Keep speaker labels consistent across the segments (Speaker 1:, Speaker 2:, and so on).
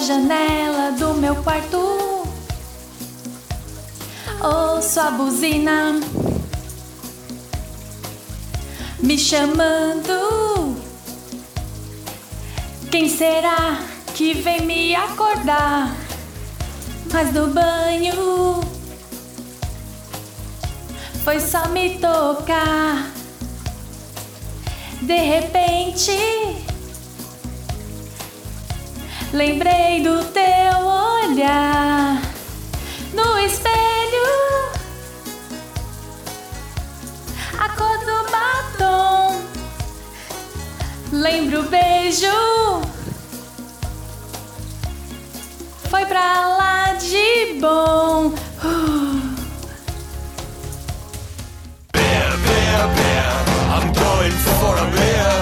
Speaker 1: janela do meu quarto. Ouço a buzina me chamando. Quem será que vem me acordar? Mas no banho foi só me tocar. De repente, lembrei do teu olhar no espelho. A cor do batom. Lembro o beijo. Foi pra lá de bom. Uh,
Speaker 2: Beer, beer, beer, I'm going for a beer.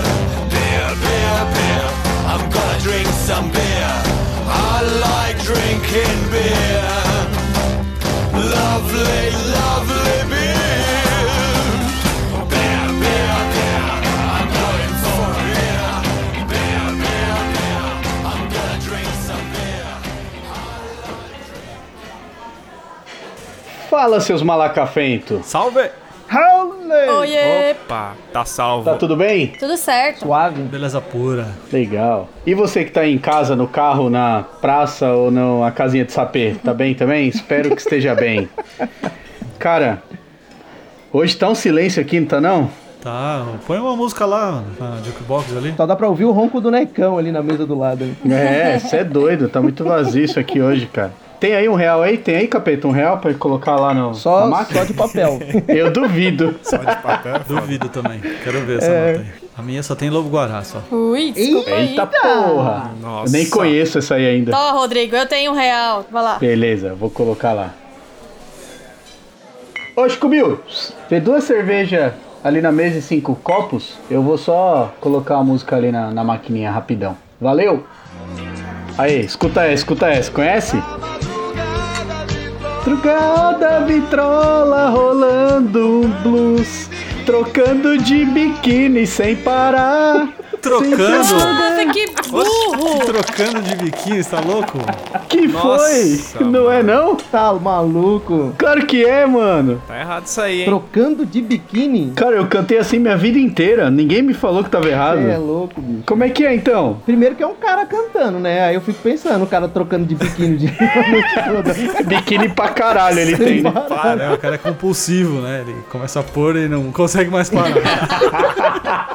Speaker 2: Beer, beer, beer, I'm gonna drink some beer. I like drinking beer. Lovely, lovely beer. Beer, beer, beer, I'm going for a beer. Beer, beer, beer, I'm gonna drink some beer.
Speaker 3: Fala, seus malacafento.
Speaker 4: Salve!
Speaker 3: Howley!
Speaker 5: Oiê!
Speaker 4: Opa, tá salvo.
Speaker 3: Tá tudo bem?
Speaker 5: Tudo certo.
Speaker 3: Suave?
Speaker 6: Beleza pura.
Speaker 3: Legal. E você que tá aí em casa, no carro, na praça ou na casinha de sapê, tá bem também? Espero que esteja bem. Cara, hoje tá um silêncio aqui, não tá não?
Speaker 6: Tá, põe uma música lá na jukebox ali.
Speaker 7: Só dá pra ouvir o ronco do necão ali na mesa do lado. hein?
Speaker 3: É, você é doido, tá muito vazio isso aqui hoje, cara. Tem aí um real aí? Tem aí, capeta, um real pra colocar lá no, na
Speaker 7: Só,
Speaker 3: máquina?
Speaker 7: só de papel.
Speaker 3: Eu duvido.
Speaker 4: Só de papel é foda.
Speaker 6: Duvido também. Quero ver essa nota aí. A minha só tem Lobo Guará, só.
Speaker 5: Ui, desculpa aí.
Speaker 3: Eita porra! Eu
Speaker 4: Nossa.
Speaker 3: nem conheço essa aí ainda.
Speaker 5: Ó, Rodrigo, eu tenho um real. Vai lá.
Speaker 3: Beleza, vou colocar lá. Ô, Chico Bill, vê duas cervejas ali na mesa e cinco copos. Eu vou só colocar a música ali na, na maquininha rapidão. Valeu! Aí, escuta essa, escuta essa, conhece? Madrugada vitrola rolando um blues, trocando de biquíni sem parar.
Speaker 6: Trocando!
Speaker 5: Nossa, que burro!
Speaker 6: Trocando de biquíni, você tá louco?
Speaker 3: Que
Speaker 4: Nossa,
Speaker 3: foi? Não é não?
Speaker 7: tá maluco.
Speaker 3: Claro que é, mano.
Speaker 4: Tá errado isso aí, hein?
Speaker 7: Trocando de biquíni?
Speaker 3: Cara, eu cantei assim minha vida inteira. Ninguém me falou que tava errado.
Speaker 7: Você é louco, bicho.
Speaker 3: Como é que é então?
Speaker 7: Primeiro que é um cara cantando, né? Aí eu fico pensando, o cara trocando de biquíni de
Speaker 3: Biquíni pra caralho ele tem. né?
Speaker 6: Para, né? O cara é compulsivo, né? Ele começa a pôr e não consegue mais parar.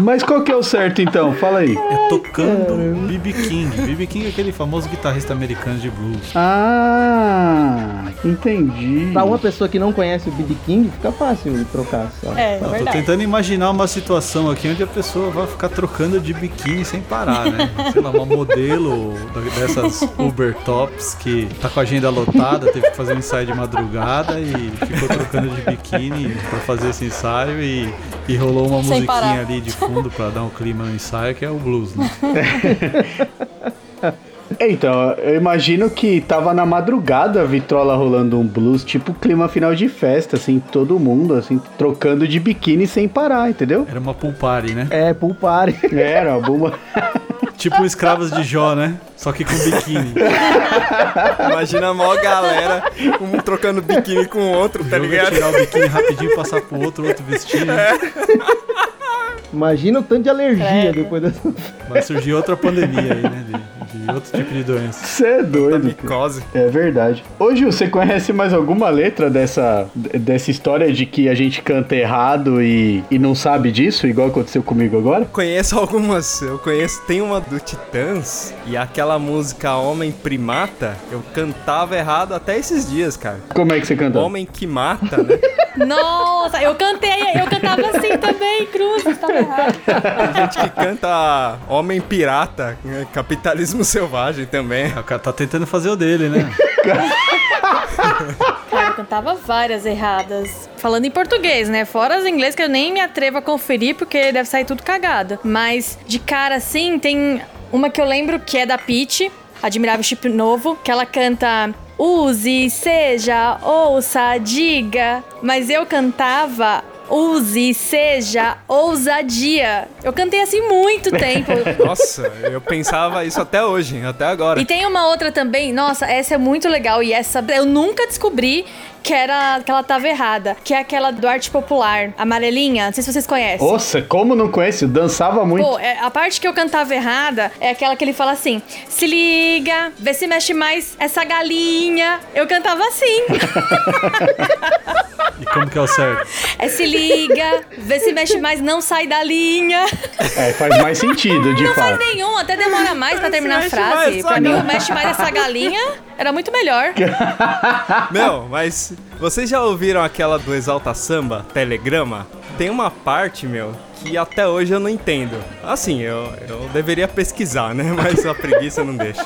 Speaker 3: Mas qual que é o certo então? Fala aí.
Speaker 6: É tocando B.B. King. B.B. King é aquele famoso guitarrista americano de blues.
Speaker 3: Ah, entendi.
Speaker 7: Pra uma pessoa que não conhece o BB King, fica fácil trocar só.
Speaker 5: É,
Speaker 6: Eu tô
Speaker 5: verdade.
Speaker 6: tentando imaginar uma situação aqui onde a pessoa vai ficar trocando de biquíni sem parar, né? Sei lá, uma modelo dessas Uber Tops que tá com a agenda lotada, teve que fazer um ensaio de madrugada e ficou trocando de biquíni pra fazer esse ensaio e, e rolou uma
Speaker 5: Sem
Speaker 6: musiquinha
Speaker 5: parar.
Speaker 6: ali de fundo pra dar um clima no ensaio, que é o blues, né?
Speaker 3: Então, eu imagino que tava na madrugada a vitrola rolando um blues, tipo clima final de festa, assim, todo mundo, assim, trocando de biquíni sem parar, entendeu?
Speaker 6: Era uma pool party, né?
Speaker 7: É, pool party.
Speaker 3: Era, a bomba.
Speaker 6: Tipo escravas de Jó, né? Só que com biquíni.
Speaker 4: Imagina a maior galera, um trocando biquíni com o outro, tá
Speaker 6: Eu ia
Speaker 4: ligado?
Speaker 6: tirar o biquíni rapidinho, passar pro outro, outro vestido.
Speaker 7: Imagina o tanto de alergia depois dessa.
Speaker 6: Vai surgir outra pandemia aí, né? De, de outro tipo de doença.
Speaker 3: Você é doido. cara.
Speaker 4: Micose.
Speaker 3: É verdade. Ô Gil, você conhece mais alguma letra dessa, dessa história de que a gente canta errado e, e não sabe disso, igual aconteceu comigo agora?
Speaker 4: Conheço algumas, eu conheço, tem uma do Titãs e aquela música Homem Primata, eu cantava errado até esses dias, cara.
Speaker 3: Como é que você cantou?
Speaker 4: Homem que mata, né?
Speaker 5: Nossa, eu cantei, eu cantava assim também, Cruz, estava errado.
Speaker 4: Tem gente que canta Homem Pirata, né? Capitalismo Selvagem também.
Speaker 6: O cara tá tentando fazer o dele, né?
Speaker 5: Cara, eu cantava várias erradas. Falando em português, né? Fora as inglês que eu nem me atrevo a conferir, porque deve sair tudo cagado. Mas de cara assim, tem uma que eu lembro que é da Peach, Admirável Chip Novo, que ela canta. Use, seja, ouça, diga. Mas eu cantava Use, seja ousadia. Eu cantei assim muito tempo.
Speaker 4: Nossa, eu pensava isso até hoje, até agora.
Speaker 5: E tem uma outra também, nossa, essa é muito legal e essa eu nunca descobri que era que ela tava errada, que é aquela do arte popular, amarelinha, não sei se vocês conhecem.
Speaker 3: Nossa, como não conhece? Dançava muito.
Speaker 5: Pô, é, a parte que eu cantava errada é aquela que ele fala assim: se liga, vê se mexe mais essa galinha. Eu cantava assim:
Speaker 6: E como que é o certo?
Speaker 5: é se liga, vê se mexe mais, não sai da linha.
Speaker 3: É, faz mais sentido, de
Speaker 5: Não faz
Speaker 3: fato.
Speaker 5: nenhum, até demora mais pra terminar a
Speaker 4: mexe mais
Speaker 5: frase.
Speaker 4: essa
Speaker 5: Pra mim, o
Speaker 4: galinha.
Speaker 5: mexe mais essa galinha era muito melhor.
Speaker 4: Não, mas vocês já ouviram aquela do Exalta Samba, Telegrama? Tem uma parte, meu, que até hoje eu não entendo. Assim, eu, eu deveria pesquisar, né? Mas a preguiça não deixa.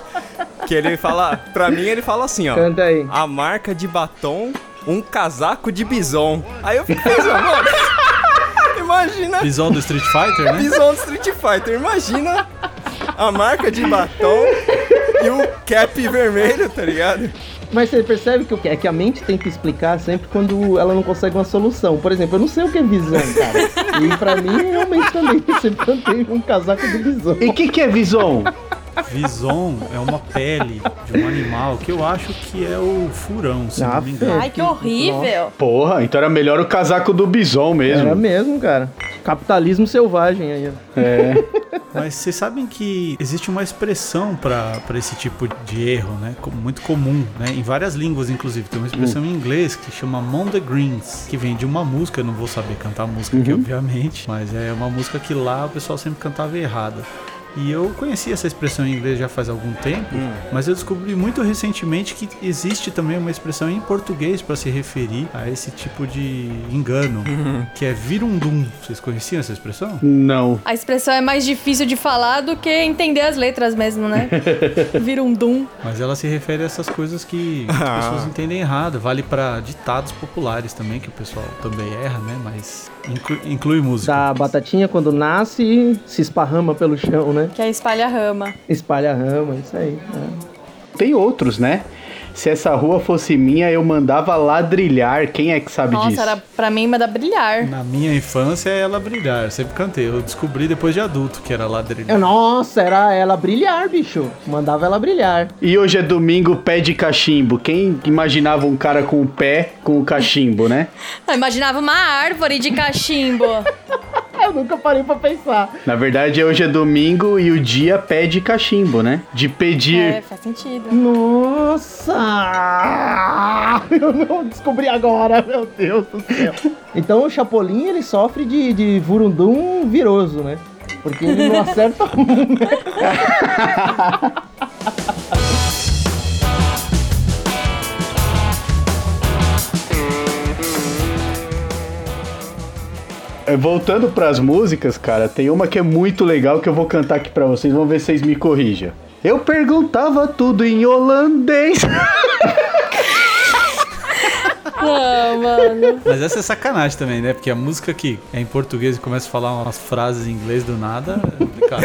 Speaker 4: Que ele fala, pra mim ele fala assim, ó.
Speaker 7: Canta aí.
Speaker 4: A marca de batom, um casaco de bison. Aí eu fico pensando, mano, imagina
Speaker 6: Visão do Street Fighter, né?
Speaker 4: bison do Street Fighter, imagina a marca de batom e o cap vermelho, tá ligado?
Speaker 7: Mas você percebe que o que é que a mente tenta explicar sempre quando ela não consegue uma solução. Por exemplo, eu não sei o que é visão, cara. E pra mim, realmente também, eu sempre cantei um casaco de visão.
Speaker 3: E o que, que é Vison?
Speaker 6: Vison é uma pele de um animal que eu acho que é o furão, se
Speaker 7: Ah,
Speaker 6: não me engano.
Speaker 5: Ai, que horrível.
Speaker 3: Porra, então era melhor o casaco do Bison
Speaker 7: Era
Speaker 3: mesmo.
Speaker 7: mesmo, cara. Capitalismo selvagem aí, ó.
Speaker 3: É.
Speaker 6: Mas vocês sabem que existe uma expressão pra pra esse tipo de erro, né? Co- Muito comum, né? Em várias línguas, inclusive. Tem uma expressão em inglês que chama Among the Greens, que vem de uma música. Eu não vou saber cantar a música aqui, obviamente. Mas é uma música que lá o pessoal sempre cantava errada. E eu conheci essa expressão em inglês já faz algum tempo, mas eu descobri muito recentemente que existe também uma expressão em português pra se referir a esse tipo de engano, que é virundum. Vocês conheciam essa expressão?
Speaker 3: Não.
Speaker 5: A expressão é mais difícil de falar do que entender as letras mesmo, né? Vira um dum.
Speaker 6: Mas ela se refere a essas coisas que
Speaker 4: Ah.
Speaker 6: as pessoas entendem errado. Vale pra ditados populares também, que o pessoal também erra, né? Mas inclui, inclui música.
Speaker 7: Da batatinha, quando nasce, se esparrama pelo chão, né?
Speaker 5: Que é espalha rama.
Speaker 7: Espalha a rama, isso aí. né?
Speaker 3: Tem outros, né? Se essa rua fosse minha, eu mandava ladrilhar. Quem é que sabe
Speaker 5: Nossa,
Speaker 3: disso?
Speaker 5: era pra mim mandar brilhar.
Speaker 6: Na minha infância, é ela brilhar. Eu sempre cantei. Eu descobri depois de adulto que era ladrilha.
Speaker 7: Eu, Nossa, era ela brilhar, bicho. Mandava ela brilhar.
Speaker 3: E hoje é domingo, pé de cachimbo. Quem imaginava um cara com o pé com o cachimbo, né?
Speaker 5: Eu imaginava uma árvore de cachimbo.
Speaker 7: Eu nunca parei pra pensar.
Speaker 3: Na verdade, hoje é domingo e o dia pede cachimbo, né? De pedir.
Speaker 5: é, faz sentido.
Speaker 7: Nossa! Eu não descobri agora, meu Deus do céu. Então o Chapolin, ele sofre de, de vurundum viroso, né? Porque ele não acerta um, né?
Speaker 3: É, Voltando pras músicas, cara, tem uma que é muito legal que eu vou cantar aqui pra vocês. Vamos ver se vocês me corrijam. Eu perguntava tudo em holandês.
Speaker 5: Não, mano.
Speaker 6: Mas essa é sacanagem também, né? Porque a música que é em português e começa a falar umas frases em inglês do nada, é complicado.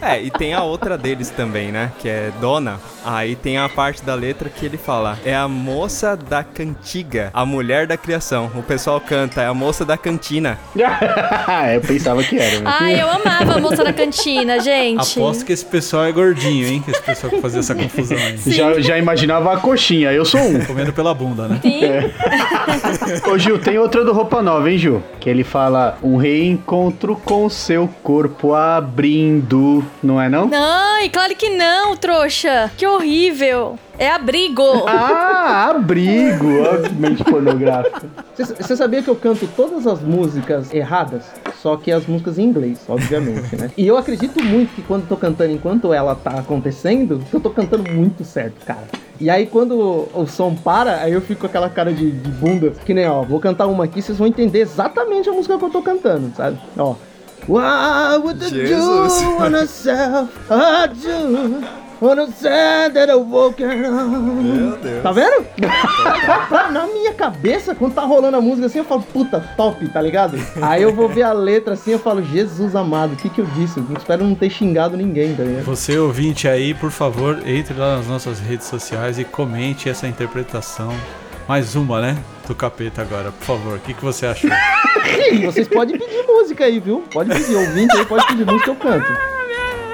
Speaker 4: É, e tem a outra deles também, né? Que é Dona. Aí tem a parte da letra que ele fala: É a moça da cantiga, a mulher da criação. O pessoal canta, é a moça da cantina.
Speaker 3: É, eu pensava que era, né?
Speaker 5: Ai, eu amava a moça da cantina, gente.
Speaker 6: Aposto que esse pessoal é gordinho, hein? Que esse pessoal que fazia essa confusão aí.
Speaker 3: Já, já imaginava a coxinha, eu sou um.
Speaker 6: Comendo pela bunda, né?
Speaker 5: Sim.
Speaker 3: Ô Gil, tem outra do Roupa Nova, hein, Gil? Que ele fala um reencontro com seu corpo abrindo, não é não?
Speaker 5: Não, e claro que não, trouxa. Que horrível. É abrigo.
Speaker 3: Ah, abrigo, obviamente pornográfico.
Speaker 7: Você sabia que eu canto todas as músicas erradas? Só que as músicas em inglês, obviamente, né? E eu acredito muito que quando eu tô cantando enquanto ela tá acontecendo, eu tô cantando muito certo, cara. E aí quando o som para, aí eu fico com aquela cara de, de bunda, que nem, ó, vou cantar uma aqui, vocês vão entender exatamente a música que eu tô cantando, sabe? Ó. Why would the
Speaker 4: Jesus.
Speaker 7: Jew wanna sell a Jew? Wanna say that I woke Meu
Speaker 4: Deus.
Speaker 7: Tá vendo? Pra- na minha cabeça, quando tá rolando a música assim, eu falo, puta, top, tá ligado? Aí eu vou ver a letra assim, eu falo, Jesus amado, o que que eu disse? Eu espero não ter xingado ninguém, tá ligado?
Speaker 6: Você ouvinte aí, por favor, entre lá nas nossas redes sociais e comente essa interpretação Mais uma, né? Do capeta agora, por favor. O que, que você achou?
Speaker 7: E vocês podem pedir música aí, viu? Pode pedir, ouvinte aí, pode pedir música, eu canto.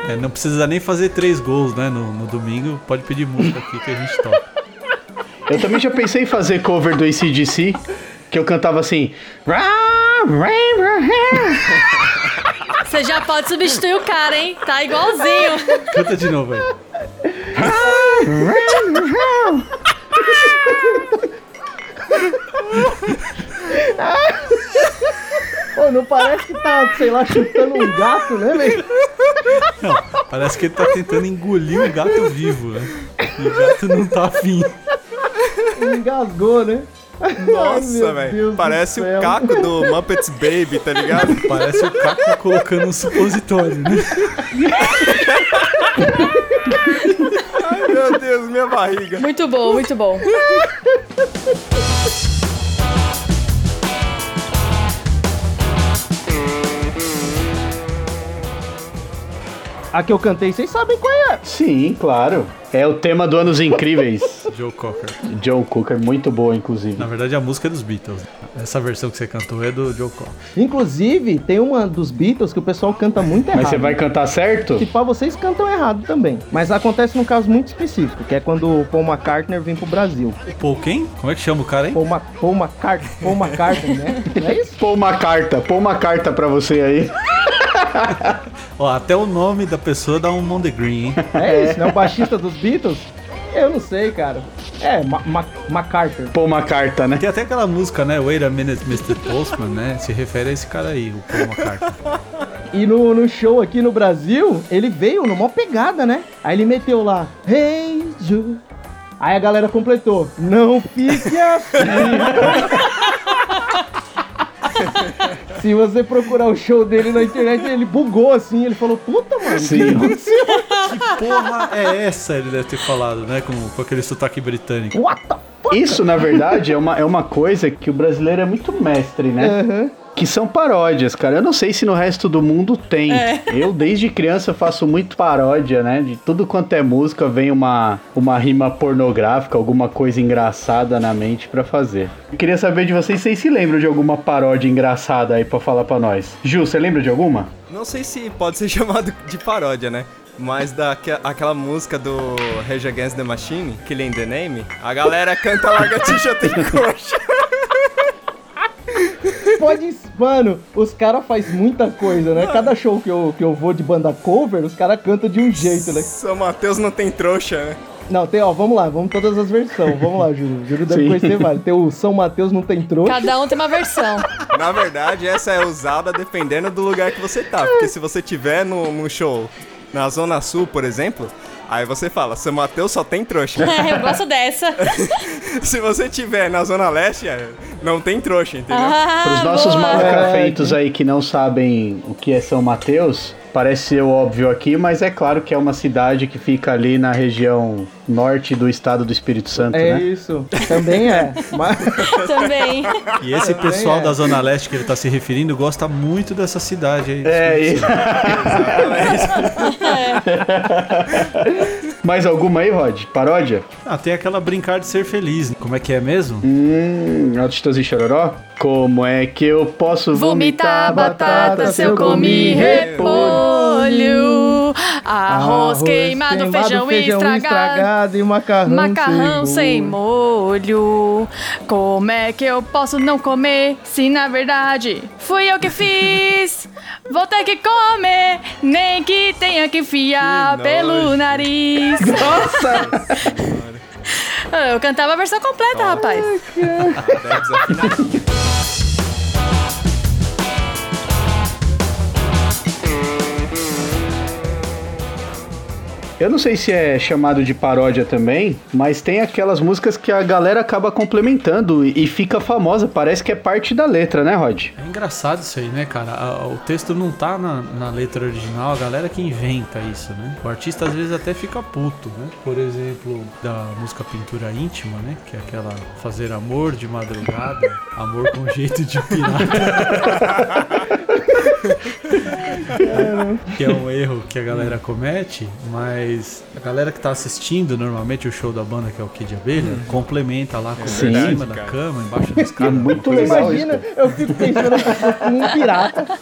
Speaker 6: É, não precisa nem fazer três gols, né? No, no domingo. Pode pedir música aqui que a gente toca.
Speaker 3: Eu também já pensei em fazer cover do ACDC, que eu cantava assim. "Ra, ra, ra, ra".
Speaker 5: Você já pode substituir o cara, hein? Tá igualzinho.
Speaker 6: Canta de novo aí.
Speaker 7: Pô, não parece que tá, sei lá, chutando um gato, né, velho?
Speaker 6: Parece que ele tá tentando engolir o gato vivo, né? E o gato não tá afim.
Speaker 7: Engasgou, né?
Speaker 4: Nossa,
Speaker 7: meu Deus
Speaker 4: velho.
Speaker 7: do
Speaker 4: Parece o
Speaker 7: céu.
Speaker 4: caco do Muppets Baby, tá ligado?
Speaker 6: Parece o Caco colocando um supositório, né?
Speaker 4: Ai, meu Deus, minha barriga.
Speaker 5: Muito bom, muito bom.
Speaker 7: A que eu cantei, vocês sabem qual é.
Speaker 3: Sim, claro. É o tema do Anos Incríveis.
Speaker 6: Joe Cocker.
Speaker 3: Joe Cooker, muito boa, inclusive.
Speaker 6: Na verdade, a música é dos Beatles. Essa versão que você cantou é do Joe Cocker.
Speaker 7: Inclusive, tem uma dos Beatles que o pessoal canta muito errado.
Speaker 3: Mas você vai cantar certo?
Speaker 7: Se pá, vocês cantam errado também. Mas acontece num caso muito específico, que é quando o Paul McCartney vem pro Brasil.
Speaker 6: Pô, quem? Como é que chama o cara, hein?
Speaker 7: Paul, Ma Paul, McCart Paul McCartney, né? Não é isso?
Speaker 3: Pô uma carta, pô uma carta pra você aí.
Speaker 6: Ó, até o nome da pessoa dá um mondegreen, hein?
Speaker 7: É isso, né? O baixista dos Beatles? Eu não sei, cara. É, Ma Ma McCartney.
Speaker 3: Pô uma carta, né?
Speaker 6: Tem até aquela música, né? Wait a minute, Mr. Postman, né? Se refere a esse cara aí, o Paul McCartney.
Speaker 7: E no, no show aqui no Brasil, ele veio numa pegada, né? Aí ele meteu lá, Hey Ju. Aí a galera completou, não fique assim. Se você procurar o show dele na internet, ele bugou assim, ele falou, puta, mano,
Speaker 3: Sim.
Speaker 6: Que porra é essa? Ele deve ter falado, né? Com, com aquele sotaque britânico.
Speaker 7: what the fuck?
Speaker 3: Isso, na verdade, é uma, é uma coisa que o brasileiro é muito mestre, né?
Speaker 7: Aham.
Speaker 3: Que são paródias, cara. Eu não sei se no resto do mundo tem. Eu, desde criança, faço muito paródia, né? De tudo quanto é música, vem uma, uma rima pornográfica, alguma coisa engraçada na mente pra fazer. Eu queria saber de vocês se vocês se lembram de alguma paródia engraçada aí pra falar pra nós. Ju, você lembra de alguma?
Speaker 4: Não sei se pode ser chamado de paródia, né? Mas daquela aquela música do Rage Against the Machine, Killing the Name, a galera canta lagartixa tem coxa.
Speaker 7: Pode, mano, os caras fazem muita coisa, né? Cada show que eu, que eu vou de banda cover, os caras cantam de um jeito, né?
Speaker 4: São Mateus não tem trouxa, né?
Speaker 7: Não, tem, ó, vamos lá, vamos todas as versões. Vamos lá, Júlio. Júlio deve
Speaker 3: Sim.
Speaker 7: conhecer vários. Tem o São Mateus não tem trouxa.
Speaker 5: Cada um tem uma versão.
Speaker 4: Na verdade, essa é usada dependendo do lugar que você tá. Porque se você tiver no, num show na Zona Sul, por exemplo, aí você fala, São Mateus só tem trouxa.
Speaker 5: É, eu gosto dessa.
Speaker 4: se você tiver na Zona Leste, é, não tem trouxa, entendeu?
Speaker 5: Ah,
Speaker 3: Para os nossos
Speaker 5: boa.
Speaker 3: malcafeitos aí que não sabem o que é São Mateus, parece ser óbvio aqui, mas é claro que é uma cidade que fica ali na região norte do estado do Espírito Santo,
Speaker 7: É
Speaker 3: né?
Speaker 7: isso. Também é. Mas
Speaker 5: Também.
Speaker 6: E esse pessoal
Speaker 7: é.
Speaker 6: da Zona Leste que ele tá se referindo gosta muito dessa cidade aí.
Speaker 3: É, e...
Speaker 5: É.
Speaker 3: mais alguma aí, Rod? Paródia?
Speaker 6: Ah, tem aquela brincar de ser feliz. Como é que é mesmo?
Speaker 3: Hum, Autostose e Chororó? Como é que eu posso
Speaker 5: Vomitar
Speaker 3: vomitar
Speaker 5: batata se eu comi repolho. Arroz, queimado, feijão, estragado.
Speaker 7: e macarrão,
Speaker 5: Macarrão sem
Speaker 7: molho.
Speaker 5: molho. Como é que eu posso não comer se na verdade fui eu que fiz? Vou ter que comer, nem que tenha que enfiar
Speaker 4: Que
Speaker 5: pelo
Speaker 4: nojo.
Speaker 5: nariz.
Speaker 3: Nossa!
Speaker 5: Eu cantava a versão completa, rapaz.
Speaker 4: Deve assim, desafinar.
Speaker 3: Eu não sei se é chamado de paródia também, mas tem aquelas músicas que a galera acaba complementando e e fica famosa, parece que é parte da letra, né, Rod?
Speaker 6: É engraçado isso aí, né, cara? A- O texto não tá na, na letra original, a galera que inventa isso, né? O artista às vezes até fica puto, né? Por exemplo, da música Pintura Íntima, né? Que é aquela fazer amor de madrugada, amor com jeito de pirata. que é um erro que a galera comete, mas mas a galera que tá assistindo normalmente o show da banda, que é o Kid de Abelha, complementa lá com o
Speaker 3: Sim.
Speaker 6: em cima da
Speaker 4: cara.
Speaker 6: cama, embaixo da escada.
Speaker 3: É muito
Speaker 6: Uma coisa
Speaker 3: Ah, legal
Speaker 6: assim.
Speaker 7: Imagina, eu fico pensando as pessoas como um pirata.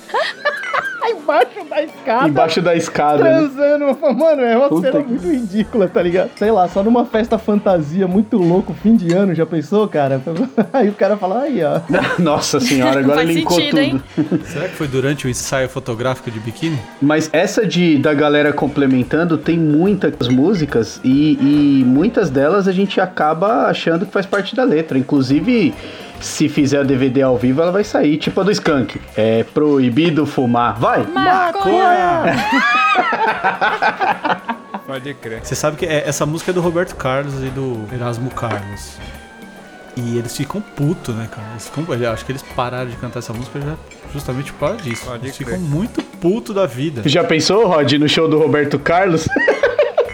Speaker 7: Aí Embaixo da escada.
Speaker 3: Embaixo da escada. né?
Speaker 7: transando. eu falo, Mano, é uma
Speaker 3: Puta
Speaker 7: cena
Speaker 3: que-
Speaker 7: muito ridícula, tá ligado? Sei lá, só numa festa fantasia muito louco, fim de ano, já pensou, cara? Aí o cara fala, aí, ó.
Speaker 3: Nossa senhora, agora
Speaker 5: Faz
Speaker 3: linkou
Speaker 5: sentido,
Speaker 3: tudo.
Speaker 5: hein?
Speaker 6: Será que foi durante o ensaio fotográfico de biquíni?
Speaker 3: Mas essa de da galera complementando tem muitas músicas e, e muitas delas a gente acaba achando que faz parte da letra. Inclusive, se fizer DVD ao vivo, ela vai sair. Tipo a do Skank. É proibido fumar. Vai!
Speaker 5: Maconha!
Speaker 4: Pode crer.
Speaker 6: Você sabe que é- essa música é do Roberto Carlos e do Erasmo Carlos. E eles ficam putos, né, cara? Eles ficam, eu acho que eles pararam de cantar essa música já justamente por causa disso.
Speaker 4: Pode
Speaker 6: eles
Speaker 4: crer.
Speaker 6: ficam muito puto da vida.
Speaker 3: Já pensou, Rod, no show do Roberto Carlos?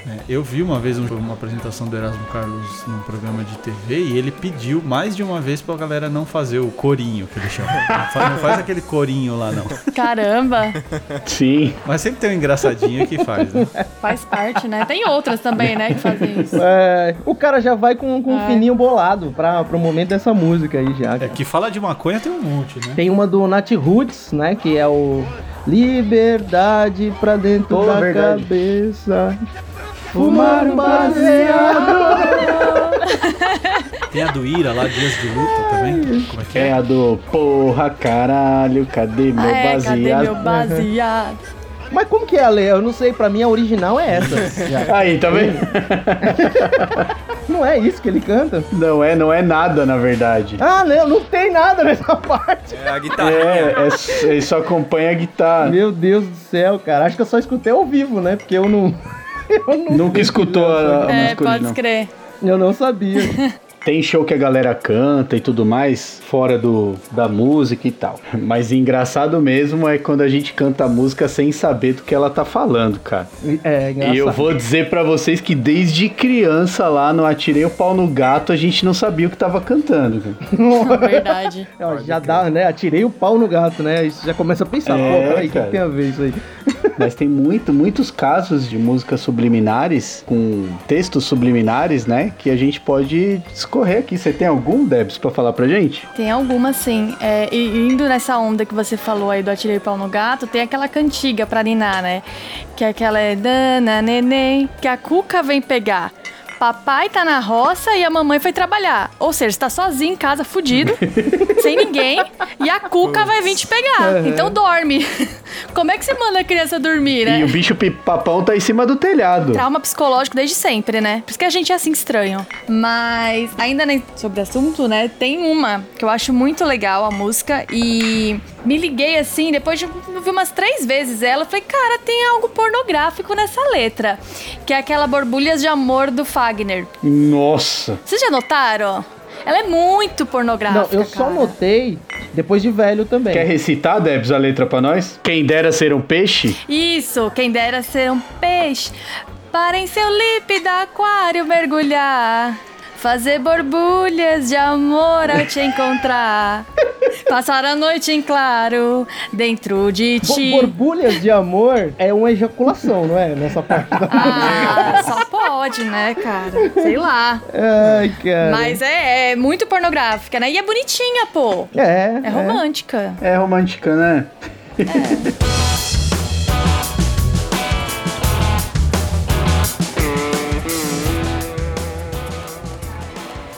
Speaker 6: né? Eu vi uma vez um- uma apresentação do Erasmo Carlos num programa de TV e ele pediu mais de uma vez pra galera não fazer o corinho que ele chama. Não fa- não faz aquele corinho lá, não.
Speaker 5: Caramba!
Speaker 3: Sim.
Speaker 6: Mas sempre tem um engraçadinho que faz, né?
Speaker 5: Faz parte, né? Tem outras também, né, que fazem isso.
Speaker 7: É, o cara já vai com, com um
Speaker 5: Ai.
Speaker 7: fininho bolado pra, pro momento dessa música aí já.
Speaker 6: É
Speaker 7: cara.
Speaker 6: que fala de maconha tem um monte, né?
Speaker 7: Tem uma do Nat Roots, né? Que é o Liberdade pra dentro
Speaker 3: Boa,
Speaker 7: da
Speaker 3: verdade.
Speaker 7: cabeça. Fumar um baseado.
Speaker 6: Tem a do Ira lá, Dias de Luta também. Como é que
Speaker 3: É
Speaker 6: é?
Speaker 3: a do porra, caralho, cadê meu
Speaker 5: é, cadê meu
Speaker 3: baseado?
Speaker 5: baseado?
Speaker 7: Mas como que é a lei? Eu não sei, pra mim a original é essa. já.
Speaker 3: Aí, tá vendo?
Speaker 7: Não é isso que ele canta?
Speaker 3: Não é, não é nada, na verdade.
Speaker 7: Ah, não, não tem nada nessa parte.
Speaker 4: É a guitarrinha.
Speaker 3: É, é s- ele só acompanha a guitarra.
Speaker 7: Meu Deus do céu, cara. Acho que eu só escutei ao vivo, né? Porque eu não. Eu não,
Speaker 3: Nunca escutou a, a
Speaker 5: É,
Speaker 3: música
Speaker 5: pode
Speaker 3: original.
Speaker 5: crer.
Speaker 7: eu não sabia.
Speaker 3: né? Tem show que a galera canta e tudo mais, fora do, da música e tal. Mas engraçado mesmo é quando a gente canta a música sem saber do que ela tá falando, cara.
Speaker 7: É, engraçado.
Speaker 3: E eu vou dizer pra vocês que desde criança lá no Atirei o Pau no Gato, a gente não sabia o que tava cantando. cara.
Speaker 5: Verdade.
Speaker 7: Ó, já dá, né? Atirei o pau no gato, né? Isso já começa a pensar,
Speaker 3: É,
Speaker 7: pô, peraí, o que,
Speaker 3: cara.
Speaker 7: que tem a ver isso aí?
Speaker 3: Mas tem muito, muitos casos de músicas subliminares, com textos subliminares, né? Que a gente pode discorrer aqui. Você tem algum, Debs, pra falar pra gente?
Speaker 5: Tem alguma, sim. É, e e indo nessa onda que você falou aí do Atirei o Pau no Gato, tem aquela cantiga pra ninar, né? Que é aquela é Dana Neném, que a cuca vem pegar. Papai tá na roça e a mamãe foi trabalhar. Ou seja, você tá sozinho em casa, fudido, sem ninguém, e a cuca vai vir te pegar. Então dorme. Como é que você manda a criança dormir, né?
Speaker 3: E o bicho papão tá em cima do telhado.
Speaker 5: Trauma psicológico desde sempre, né? Por isso que a gente é assim estranho. Mas, ainda né, sobre o assunto, né? Tem uma que eu acho muito legal a música e me liguei assim, depois de ouvir umas três vezes ela, eu falei, cara, tem algo pornográfico nessa letra. Que é aquela Borbulhas de Amor do Fagner.
Speaker 3: Nossa!
Speaker 5: Vocês já notaram? Ela é muito pornográfica.
Speaker 7: não, eu só
Speaker 5: cara.
Speaker 7: notei depois de velho também.
Speaker 3: Quer recitar, Debs, a letra pra nós? Quem dera ser um peixe?
Speaker 5: Isso, quem dera ser um peixe para em seu lípido aquário mergulhar. Fazer borbulhas de amor ao te encontrar. Passar a noite em claro dentro de
Speaker 7: Bo-
Speaker 5: ti.
Speaker 7: Borbulhas de amor é uma ejaculação, não é? Nessa parte. da-
Speaker 5: Ah, só pode, né, cara? Sei lá.
Speaker 7: Ai, cara.
Speaker 5: Mas é, é muito pornográfica, né? E é bonitinha, pô.
Speaker 7: É,
Speaker 5: É romântica.
Speaker 3: É romântica, né?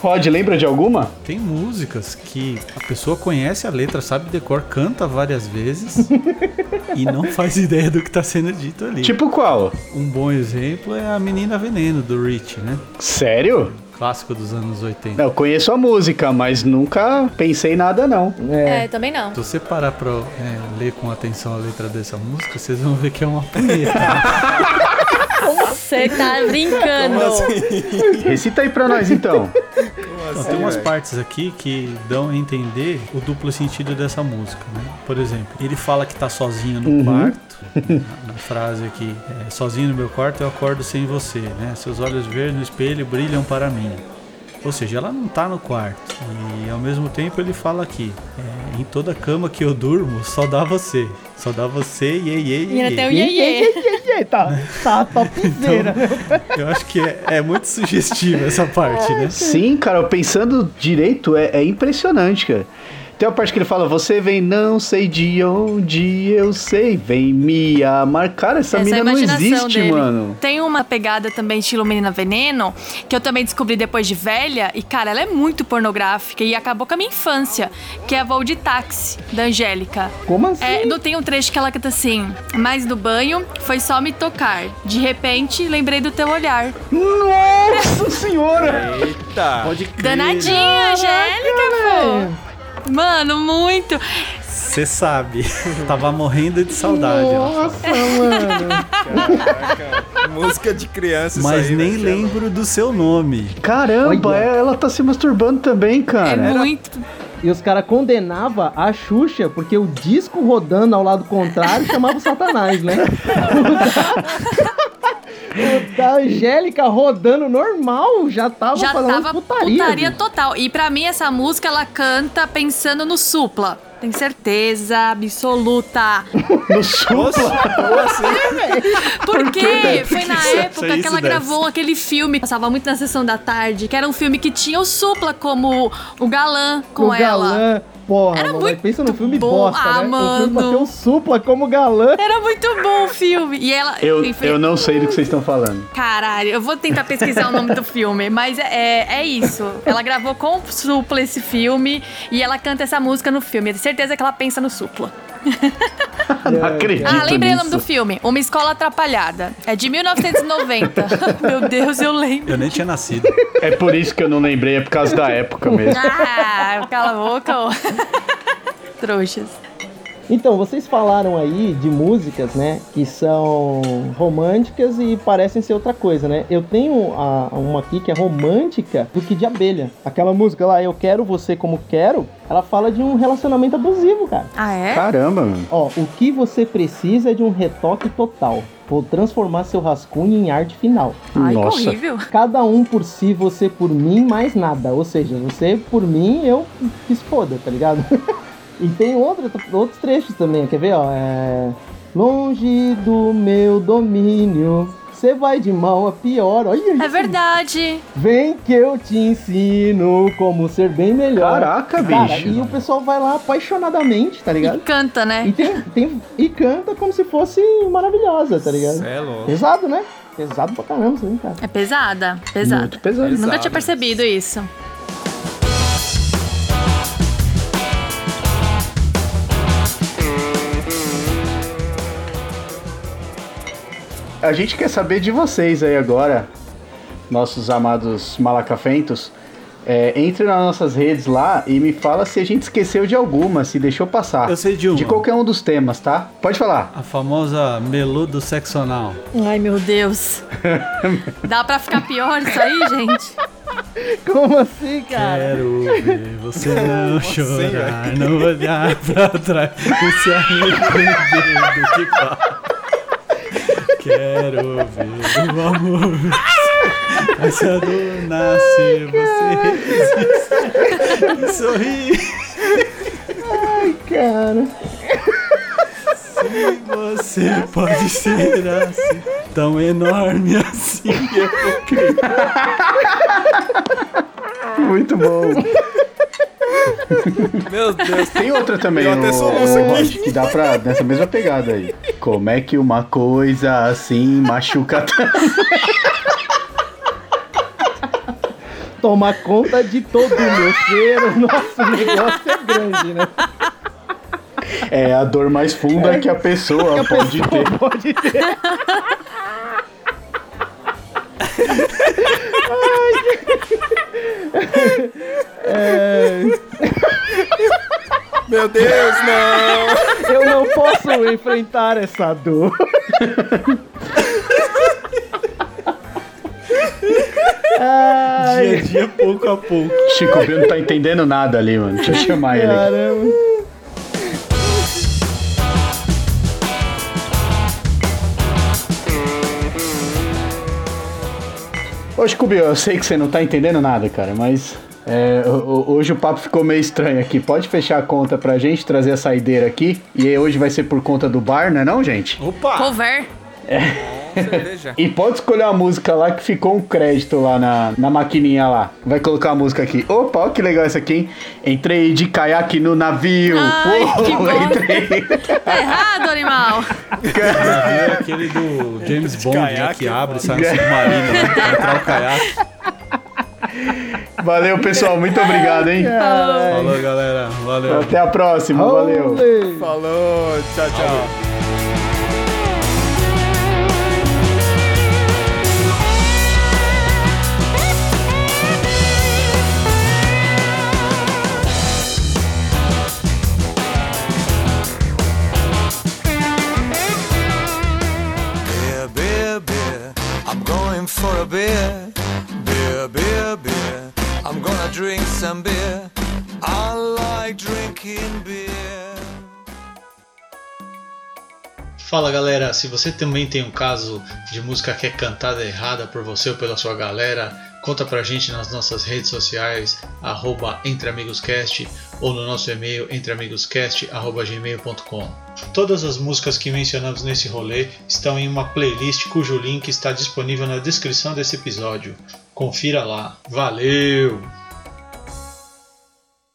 Speaker 3: Rod, lembra de alguma?
Speaker 6: Tem músicas que a pessoa conhece a letra, sabe de cor, canta várias vezes e não faz ideia do que tá sendo dito ali.
Speaker 3: Tipo qual?
Speaker 6: Um bom exemplo é a Menina Veneno, do Rich, né?
Speaker 3: Sério?
Speaker 6: Clássico dos anos 80.
Speaker 3: Eu conheço a música, mas nunca pensei em nada, não.
Speaker 5: É, também não.
Speaker 6: Se você parar pra é, ler com atenção a letra dessa música, vocês vão ver que é uma punheta.
Speaker 5: Você tá brincando.
Speaker 4: assim?
Speaker 3: Recita aí pra nós, então.
Speaker 6: Então, tem umas partes aqui que dão a entender o duplo sentido dessa música, né? Por exemplo, ele fala que tá sozinho no quarto, né? na frase aqui, é, sozinho no meu quarto eu acordo sem você, né? Seus olhos verdes no espelho brilham para mim. Ou seja, ela não tá no quarto. E ao mesmo tempo ele fala aqui, é, em toda cama que eu durmo, só dá você. Só dá você, iê, iê, iê.
Speaker 5: E ainda tem um o
Speaker 6: iê.
Speaker 5: iê, iê.
Speaker 7: também, tá, tá topzera.
Speaker 6: Eu acho que é, é muito sugestiva essa parte, né?
Speaker 3: Sim, cara, pensando direito, é, é impressionante, cara. Tem uma parte que ele fala, você vem não sei de onde, eu sei, vem me amar. Cara,
Speaker 5: Essa
Speaker 3: essa,
Speaker 5: é a
Speaker 3: mina não
Speaker 5: imaginação
Speaker 3: existe,
Speaker 5: dele.
Speaker 3: mano.
Speaker 5: Tem uma pegada também estilo Menina Veneno, que eu também descobri depois de velha, e cara, ela é muito pornográfica e acabou com a minha infância, que é a Voo de Táxi, da Angélica.
Speaker 7: Como assim?
Speaker 5: É, não tem um trecho que ela canta assim, mas no banho foi só me tocar. De repente, lembrei do teu olhar.
Speaker 3: Nossa senhora!
Speaker 4: Eita!
Speaker 6: Pode
Speaker 5: É.
Speaker 6: crer.
Speaker 5: Danadinha, Angélica, pô! Mano, muito!
Speaker 6: Você sabe. Tava morrendo de saudade. ela fala.
Speaker 7: Nossa, mano.
Speaker 4: Música de criança, isso
Speaker 6: Mas
Speaker 4: aí,
Speaker 6: nem
Speaker 4: né,
Speaker 6: lembro do seu nome.
Speaker 3: Caramba,
Speaker 7: Olha.
Speaker 3: ela tá se masturbando também,
Speaker 5: É
Speaker 3: cara.
Speaker 5: muito.
Speaker 7: E os caras condenavam a Xuxa porque o disco rodando ao lado contrário chamava o Satanás, né? O da, o da Angélica rodando normal já tava
Speaker 5: Já
Speaker 7: falando
Speaker 5: tava
Speaker 7: putaria.
Speaker 5: putaria
Speaker 7: bicho.
Speaker 5: total. E pra mim, essa música ela canta pensando no supla. Tem certeza absoluta.
Speaker 3: No
Speaker 4: Nossa,
Speaker 3: supla.
Speaker 4: como assim?
Speaker 5: Porque foi na
Speaker 6: Isso,
Speaker 5: época que
Speaker 6: isso
Speaker 5: ela
Speaker 6: dessa.
Speaker 5: gravou aquele filme, que passava muito na sessão da tarde, que era um filme que tinha o supla como o galã com
Speaker 7: o
Speaker 5: ela.
Speaker 7: galã. Porra,
Speaker 5: Era
Speaker 7: mano,
Speaker 5: muito
Speaker 7: pensa no filme
Speaker 5: bom.
Speaker 7: bosta,
Speaker 5: Ah,
Speaker 7: né? O filme
Speaker 5: mano.
Speaker 7: bateu o supla como galã.
Speaker 5: Era muito bom o filme. E ela.
Speaker 3: Eu,
Speaker 5: e foi-
Speaker 3: eu não sei do que vocês estão falando.
Speaker 5: Caralho, eu vou tentar pesquisar o nome do filme, mas é, é isso. Ela gravou com o Supla esse filme e ela canta essa música no filme. Eu tenho certeza que ela pensa no Supla.
Speaker 3: não acredito
Speaker 5: Ah, lembrei
Speaker 3: nisso.
Speaker 5: o nome do filme. Uma Escola Atrapalhada. É de 1990. Meu Deus, eu lembro.
Speaker 6: Eu nem tinha nascido.
Speaker 3: É por isso que eu não lembrei, é por causa da época mesmo.
Speaker 5: Ah, cala a boca. ô. Trouxas.
Speaker 7: Então, vocês falaram aí de músicas, né, que são românticas e parecem ser outra coisa, né? Eu tenho a- uma aqui que é romântica do que de abelha. Aquela música lá, Eu Quero Você Como Quero, ela fala de um relacionamento abusivo, cara.
Speaker 5: Ah, é?
Speaker 3: Caramba, mano.
Speaker 7: Ó, o que você precisa é de um retoque total. Vou transformar seu rascunho em arte final.
Speaker 5: Ai, que
Speaker 3: Nossa.
Speaker 5: horrível.
Speaker 7: Cada um por si, você por mim, mais nada. Ou seja, você por mim, eu que se foda, tá ligado? e tem outro, outros trechos também, quer ver, ó? É... Longe do meu domínio, você vai de mal a pior. Olha isso.
Speaker 5: É verdade.
Speaker 7: Vem que eu te ensino como ser bem melhor.
Speaker 3: Caraca,
Speaker 7: Cara,
Speaker 3: bicho.
Speaker 7: e o pessoal vai lá apaixonadamente, tá
Speaker 5: E
Speaker 7: ligado?
Speaker 5: canta,
Speaker 7: E,
Speaker 5: né?
Speaker 7: tem, tem, e canta como se fosse maravilhosa, tá ligado?
Speaker 4: Cê é louco.
Speaker 7: Pesado, né? Pesado pra caramba, isso aí, cara.
Speaker 5: É pesada, pesada.
Speaker 3: Muito pesado.
Speaker 5: Nunca tinha
Speaker 4: Pesado.
Speaker 5: percebido isso.
Speaker 3: A gente quer saber de vocês aí agora, nossos amados malacafentos. É, entre nas nossas redes lá e me fala se a gente esqueceu de alguma, se deixou passar.
Speaker 6: Eu sei de uma.
Speaker 3: De qualquer um dos temas, tá? Pode falar.
Speaker 6: A famosa melô do sexo anal.
Speaker 5: Ai, meu Deus. Dá pra ficar pior isso aí, gente?
Speaker 7: Como assim, cara?
Speaker 6: Quero ver você não chorar, não olhar pra trás e se arrepender do que faz. Quero ver o amor. Essa dor nasce, você e sorri.
Speaker 7: Cara.
Speaker 6: Se você pode ser assim, tão enorme assim, eu vou querer.
Speaker 3: Muito bom.
Speaker 4: Meu Deus.
Speaker 3: Tem outra também,
Speaker 4: Eu até
Speaker 3: o-
Speaker 4: sou louco
Speaker 3: o-
Speaker 4: aqui.
Speaker 3: que dá pra. nessa mesma pegada aí. Como é que uma coisa assim machuca tanto?
Speaker 7: Toma conta de todo o meu ser. Nossa, o negócio é grande, né?
Speaker 3: É a dor mais funda que a pessoa pode ter.
Speaker 7: Pode ter.
Speaker 4: Meu Deus, não.
Speaker 7: Eu não posso enfrentar essa dor.
Speaker 6: Dia é a dia, pouco a pouco.
Speaker 3: Chico Bento não tá entendendo nada ali, mano. Deixa eu chamar ele é aqui.
Speaker 7: Caramba.
Speaker 3: Ô, Scooby, eu sei que você não tá entendendo nada, cara, mas é, ho- ho- hoje o papo ficou meio estranho aqui. Pode fechar a conta pra gente, trazer a saideira aqui. E aí hoje vai ser por conta do bar, não é não, gente?
Speaker 6: Opa!
Speaker 5: Cover.
Speaker 4: Com cerveja.
Speaker 3: E pode escolher uma música lá que ficou um crédito lá na, na maquininha lá. Vai colocar a música aqui. Opa, ó que legal essa aqui, hein? Entrei de caiaque no navio.
Speaker 5: Ai, que bom.
Speaker 3: entrei.
Speaker 5: Tá errado, animal.
Speaker 6: É aquele do James Bond, né,
Speaker 4: caiaque,
Speaker 6: que abre e sai um submarino, né? pra entrar o caiaque.
Speaker 3: Valeu, pessoal. Muito obrigado, hein?
Speaker 6: Falou, galera. Valeu.
Speaker 3: Até a próxima. Valeu.
Speaker 7: Olê!
Speaker 4: Falou, tchau, tchau.
Speaker 2: Beer, beer, beer, I'm going for a beer. Beer, beer, beer, I'm gonna drink some beer. I like drinking beer.
Speaker 8: Fala galera, se você também tem um caso de música que é cantada errada por você ou pela sua galera, conta pra gente nas nossas redes sociais, arroba entreamigoscast ou no nosso e-mail entreamigoscast.gmail.com Todas as músicas que mencionamos nesse rolê estão em uma playlist cujo link está disponível na descrição desse episódio. Confira lá. Valeu!